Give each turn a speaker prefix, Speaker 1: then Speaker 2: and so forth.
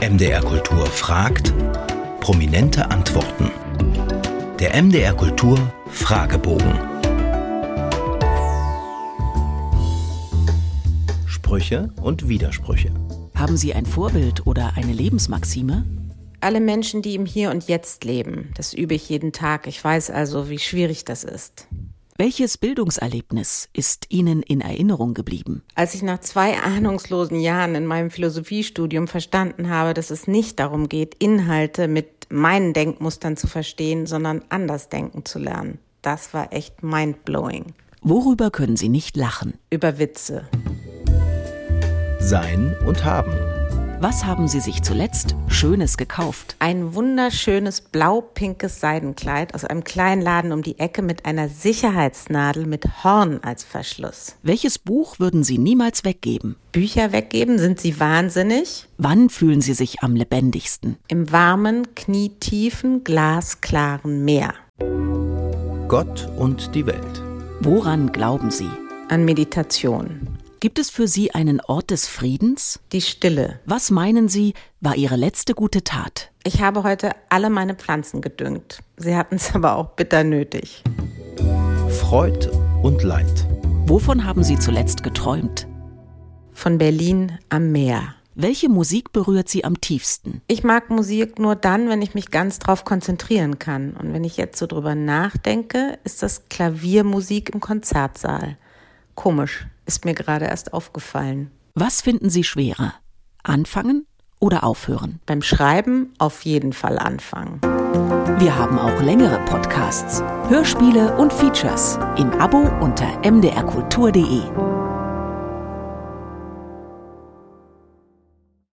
Speaker 1: MDR Kultur fragt, prominente Antworten. Der MDR Kultur Fragebogen. Sprüche und Widersprüche.
Speaker 2: Haben Sie ein Vorbild oder eine Lebensmaxime?
Speaker 3: Alle Menschen, die im Hier und Jetzt leben, das übe ich jeden Tag. Ich weiß also, wie schwierig das ist.
Speaker 2: Welches Bildungserlebnis ist Ihnen in Erinnerung geblieben?
Speaker 3: Als ich nach zwei ahnungslosen Jahren in meinem Philosophiestudium verstanden habe, dass es nicht darum geht, Inhalte mit meinen Denkmustern zu verstehen, sondern anders denken zu lernen. Das war echt mindblowing.
Speaker 2: Worüber können Sie nicht lachen?
Speaker 3: Über Witze.
Speaker 1: Sein und haben.
Speaker 2: Was haben Sie sich zuletzt Schönes gekauft?
Speaker 3: Ein wunderschönes blau-pinkes Seidenkleid aus einem kleinen Laden um die Ecke mit einer Sicherheitsnadel mit Horn als Verschluss.
Speaker 2: Welches Buch würden Sie niemals weggeben?
Speaker 3: Bücher weggeben, sind sie wahnsinnig?
Speaker 2: Wann fühlen Sie sich am lebendigsten?
Speaker 3: Im warmen, knietiefen, glasklaren Meer.
Speaker 1: Gott und die Welt.
Speaker 2: Woran glauben Sie?
Speaker 3: An Meditation.
Speaker 2: Gibt es für Sie einen Ort des Friedens?
Speaker 3: Die Stille.
Speaker 2: Was meinen Sie, war Ihre letzte gute Tat?
Speaker 3: Ich habe heute alle meine Pflanzen gedüngt. Sie hatten es aber auch bitter nötig.
Speaker 1: Freud und Leid.
Speaker 2: Wovon haben Sie zuletzt geträumt?
Speaker 3: Von Berlin am Meer.
Speaker 2: Welche Musik berührt Sie am tiefsten?
Speaker 3: Ich mag Musik nur dann, wenn ich mich ganz drauf konzentrieren kann. Und wenn ich jetzt so drüber nachdenke, ist das Klaviermusik im Konzertsaal. Komisch, ist mir gerade erst aufgefallen.
Speaker 2: Was finden Sie schwerer? Anfangen oder aufhören?
Speaker 3: Beim Schreiben auf jeden Fall anfangen.
Speaker 2: Wir haben auch längere Podcasts, Hörspiele und Features im Abo unter mdrkultur.de.